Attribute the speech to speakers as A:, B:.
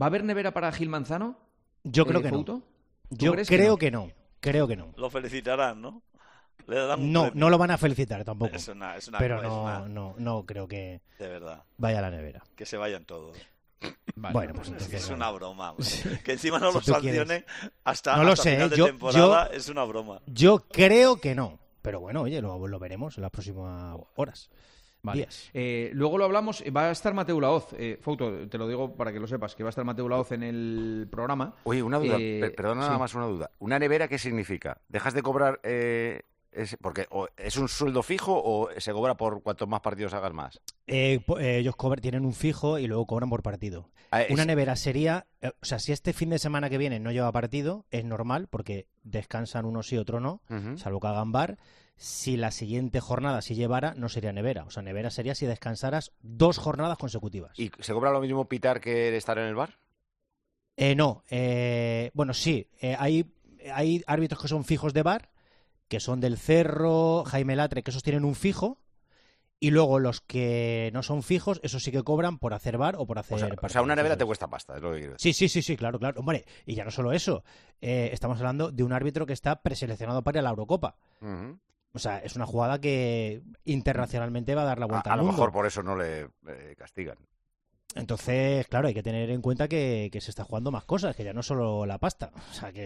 A: ¿Va a haber nevera para Gil Manzano?
B: Yo creo
A: eh,
B: que
A: Couto?
B: no.
A: ¿Tú
B: Yo creo
A: crees
B: que
A: que
B: no?
A: no?
B: Creo que no.
C: Lo felicitarán, ¿no? Le darán un
B: No,
C: premio.
B: no lo van a felicitar tampoco.
C: Es una, es una
B: Pero
C: es
B: no,
C: una-
B: no, no creo que
C: de verdad,
B: vaya a la nevera.
C: que se vayan todos.
A: Vale.
B: Bueno, pues
C: Es que
B: entonces.
C: es
B: no.
C: una broma. hombre. Que encima no
B: Si
C: lo
B: tú quieres.
C: sancionen hasta,
B: No lo
C: hasta
B: sé,
C: final
B: ¿eh?
C: de
B: Yo-
C: temporada. Es una broma.
B: Yo creo que no. Pero bueno, oye, lo, lo veremos en las próximas horas.
A: Vale.
B: Días.
A: Eh, luego lo hablamos, eh, va a estar Mateo Laoz. Eh, Fouto, te lo digo para que lo sepas, que va a estar Mateo Laoz en el programa.
D: Oye, una duda,
A: Eh,
D: per- perdona
A: sí.
D: nada más una duda. ¿Una nevera qué significa? ¿Dejas de cobrar eh, ese- porque o es un sueldo fijo o se cobra por cuantos más partidos hagas más?
B: Eh, po- eh, ellos cobran- tienen un fijo y luego cobran por partido.
D: Ah, es-
B: Una nevera sería, eh, o sea, si este fin de semana que viene no lleva partido, es normal porque descansan uno sí, otro no,
D: Ujú.
B: salvo que hagan bar. Si la siguiente jornada sí llevara, no sería nevera. O sea, nevera sería si descansaras dos jornadas consecutivas.
D: ¿Y se cobra lo mismo pitar que estar en el bar?
B: Eh, no, eh, bueno, sí, eh, hay, hay árbitros que son fijos de bar, que son del Cerro, Jaime Latre, que esos tienen un fijo. Y luego los que no son fijos, esos sí que cobran por hacer bar o por hacer.
D: O sea, o sea,
B: partidos,
D: una nevera
B: ¿sabes?
D: te cuesta pasta, es lo que quiero
B: Sí,
D: decir.
B: sí, sí, sí, claro, claro. Hombre, y ya no solo eso. eh, estamos hablando de un árbitro que está preseleccionado para la Eurocopa.
D: Ujú.
B: O sea, es una jugada que internacionalmente va a dar la
D: A,
B: vuelta
D: a
B: al
D: lo
B: mundo.
D: mejor por eso no le eh, castigan.
B: Entonces, claro, hay que tener en cuenta que, que se está jugando más cosas, que ya no solo la pasta. O sea, que